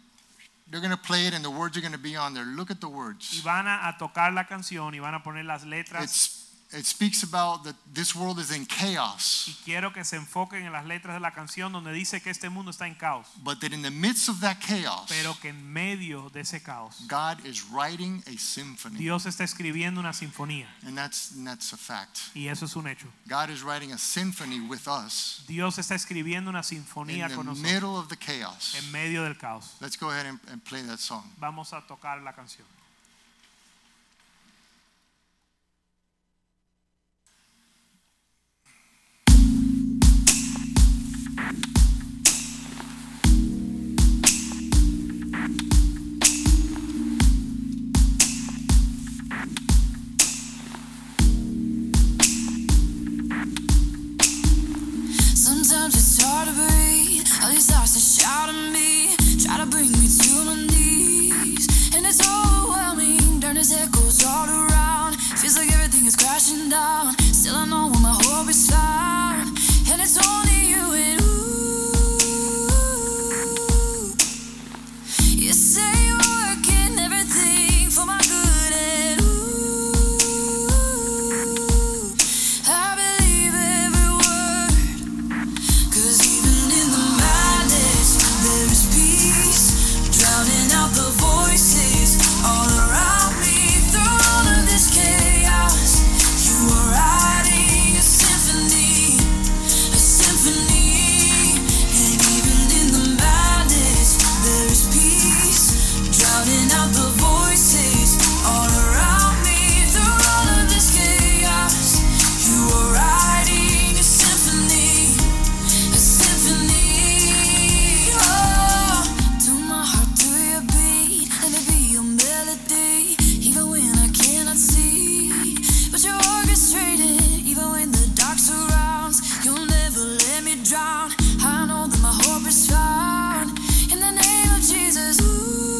A: they're going to play it and the words are going to be on there look at the
B: Y
A: words
B: van a, a tocar la canción y van a poner las letras.
A: it's, it speaks about that this world is in
B: Y
A: chaos
B: quiero que se enfoquen en las letras de la canción donde dice que este mundo está en caos,
A: but that in the midst of that chaos
B: pero que en medio de ese caos
A: god is writing a symphony
B: Dios está escribiendo una sinfonía.
A: and that's, and that's a fact
B: Y eso es un hecho.
A: god is writing a symphony with us
B: Dios está escribiendo una
A: in
B: sinfonía con
A: the
B: nosotros
A: middle of the chaos
B: en medio del caos.
A: let's go ahead and, and play that song
B: Vamos a tocar la canción.
C: Sometimes it's hard to breathe. All these thoughts that shout at me, try to bring me to my knees, and it's overwhelming. Darkness echoes all around. Feels like everything is crashing down. Still I know where my hope is found, and it's only you and ooh. You say you're working everything for my good, and ooh, I believe every word. Cause even in the madness, there is peace. Drowning out the voices all around me. Through all of this chaos, you are writing a symphony, a symphony. And even in the madness, there is peace. Drowning out the voices all around me. Through all of this chaos, you are writing a symphony. A symphony, oh, to my heart, to your beat, let it be your melody, even when I cannot see. But you're orchestrated, even when the dark surrounds. You'll never let me drown. I know that my hope is found in the name of Jesus. Ooh.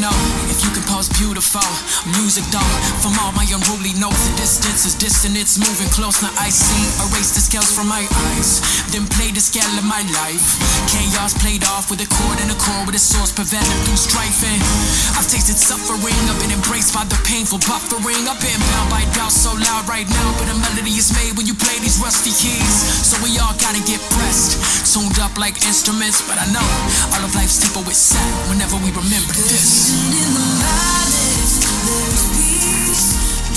C: Oh.
D: if you can pause beautiful music though from all my unruly notes the distance is distant it's moving close now i see erase the scales from my eyes then play the scale of my life chaos played off with a chord and a chord with a source prevented through strife and i've tasted suffering i've been embraced by the painful buffering i've been bound by doubt so loud right now but a melody is made when you play these rusty keys so we all gotta get pressed tuned up like instruments but i know all of life's tempo is set whenever we remember this
C: Even in the madness, there's peace.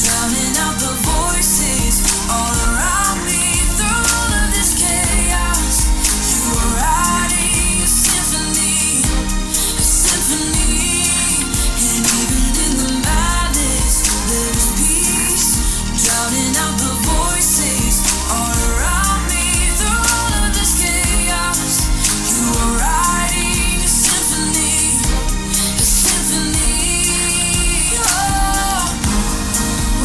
C: Drowning out the voices all around me. Through all of this chaos, you are writing a symphony, a symphony. And even in the madness, there's peace. Drowning out the voices all around me. Through all of this chaos, you are writing a symphony. A symphony, oh,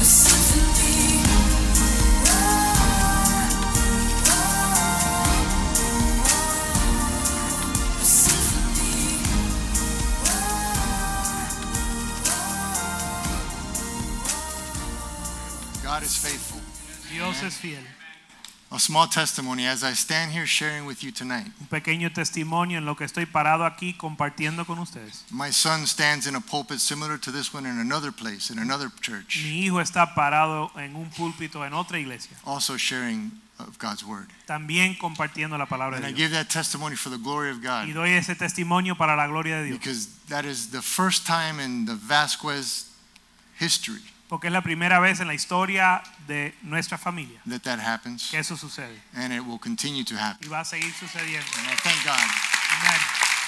C: a symphony.
A: God is faithful.
B: Dios es fiel.
A: A small testimony as I stand here sharing with you tonight.
B: Un pequeño testimonio en lo que estoy parado aquí compartiendo con ustedes.
A: My son stands in a pulpit similar to this one in another place, in another church,
B: Mi hijo está parado en un púlpito en otra iglesia,
A: also sharing of God's word.
B: también compartiendo la palabra
A: And I
B: de Dios.
A: give that testimony for the glory of
B: Y
A: God
B: doy ese testimonio para la gloria de Dios,
A: because that is the first time in the Vasquez history
B: porque es la primera vez en la historia de nuestra familia
A: that that happens,
B: que eso sucede
A: and it will continue to happen.
B: y va a seguir sucediendo.
A: And I thank God.
B: Amén.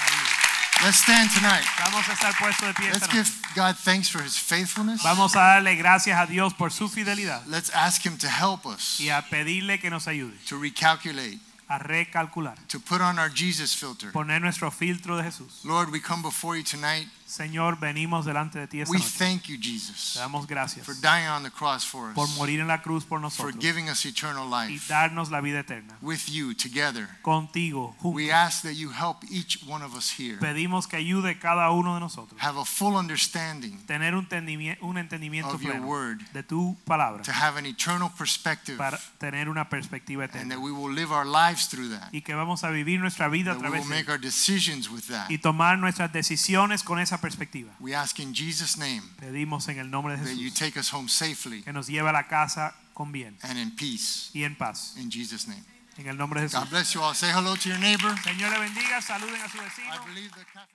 B: Aleluya.
A: Let's stand tonight.
B: Vamos a estar puestos de pie. esta
A: Let's
B: noche.
A: give God thanks for his faithfulness.
B: Vamos a darle gracias a Dios por su fidelidad
A: Let's ask him to help us
B: y a pedirle que nos ayude
A: to recalculate,
B: a recalcular,
A: to put on our Jesus filter.
B: poner nuestro filtro de Jesús.
A: Lord, we come before you tonight.
B: Señor, venimos delante de ti esta
A: We
B: noche.
A: thank you,
B: Te
A: Jesus,
B: damos gracias
A: for dying on the cross for
B: por
A: us,
B: morir en la cruz por
A: for
B: nosotros
A: giving us eternal
B: y
A: life
B: darnos la vida eterna.
A: with you together.
B: Contigo,
A: We
B: juntos,
A: ask that you help each one of us here
B: pedimos que ayude cada uno de nosotros
A: have a full understanding,
B: tener un, entendimie- un entendimiento
A: Of your
B: pleno
A: word.
B: de tu palabra
A: to have an eternal perspective,
B: para tener una perspectiva
A: and
B: eterna
A: that we will live our lives through that,
B: y que vamos a vivir nuestra vida a
A: that we will
B: través de
A: make our decisions with that.
B: y tomar nuestras decisiones con esa perspectiva.
A: We ask in Jesus' name
B: Pedimos en el nombre de
A: that you
B: Jesús
A: take us home safely
B: que nos lleve a la casa con bien
A: and in peace.
B: y en paz.
A: In Jesus' name.
B: En el nombre de
A: God
B: Jesús.
A: bless you all. Say hello to your neighbor.
B: Señor le bendiga, saluden a su vecino.
A: I believe the Catholic-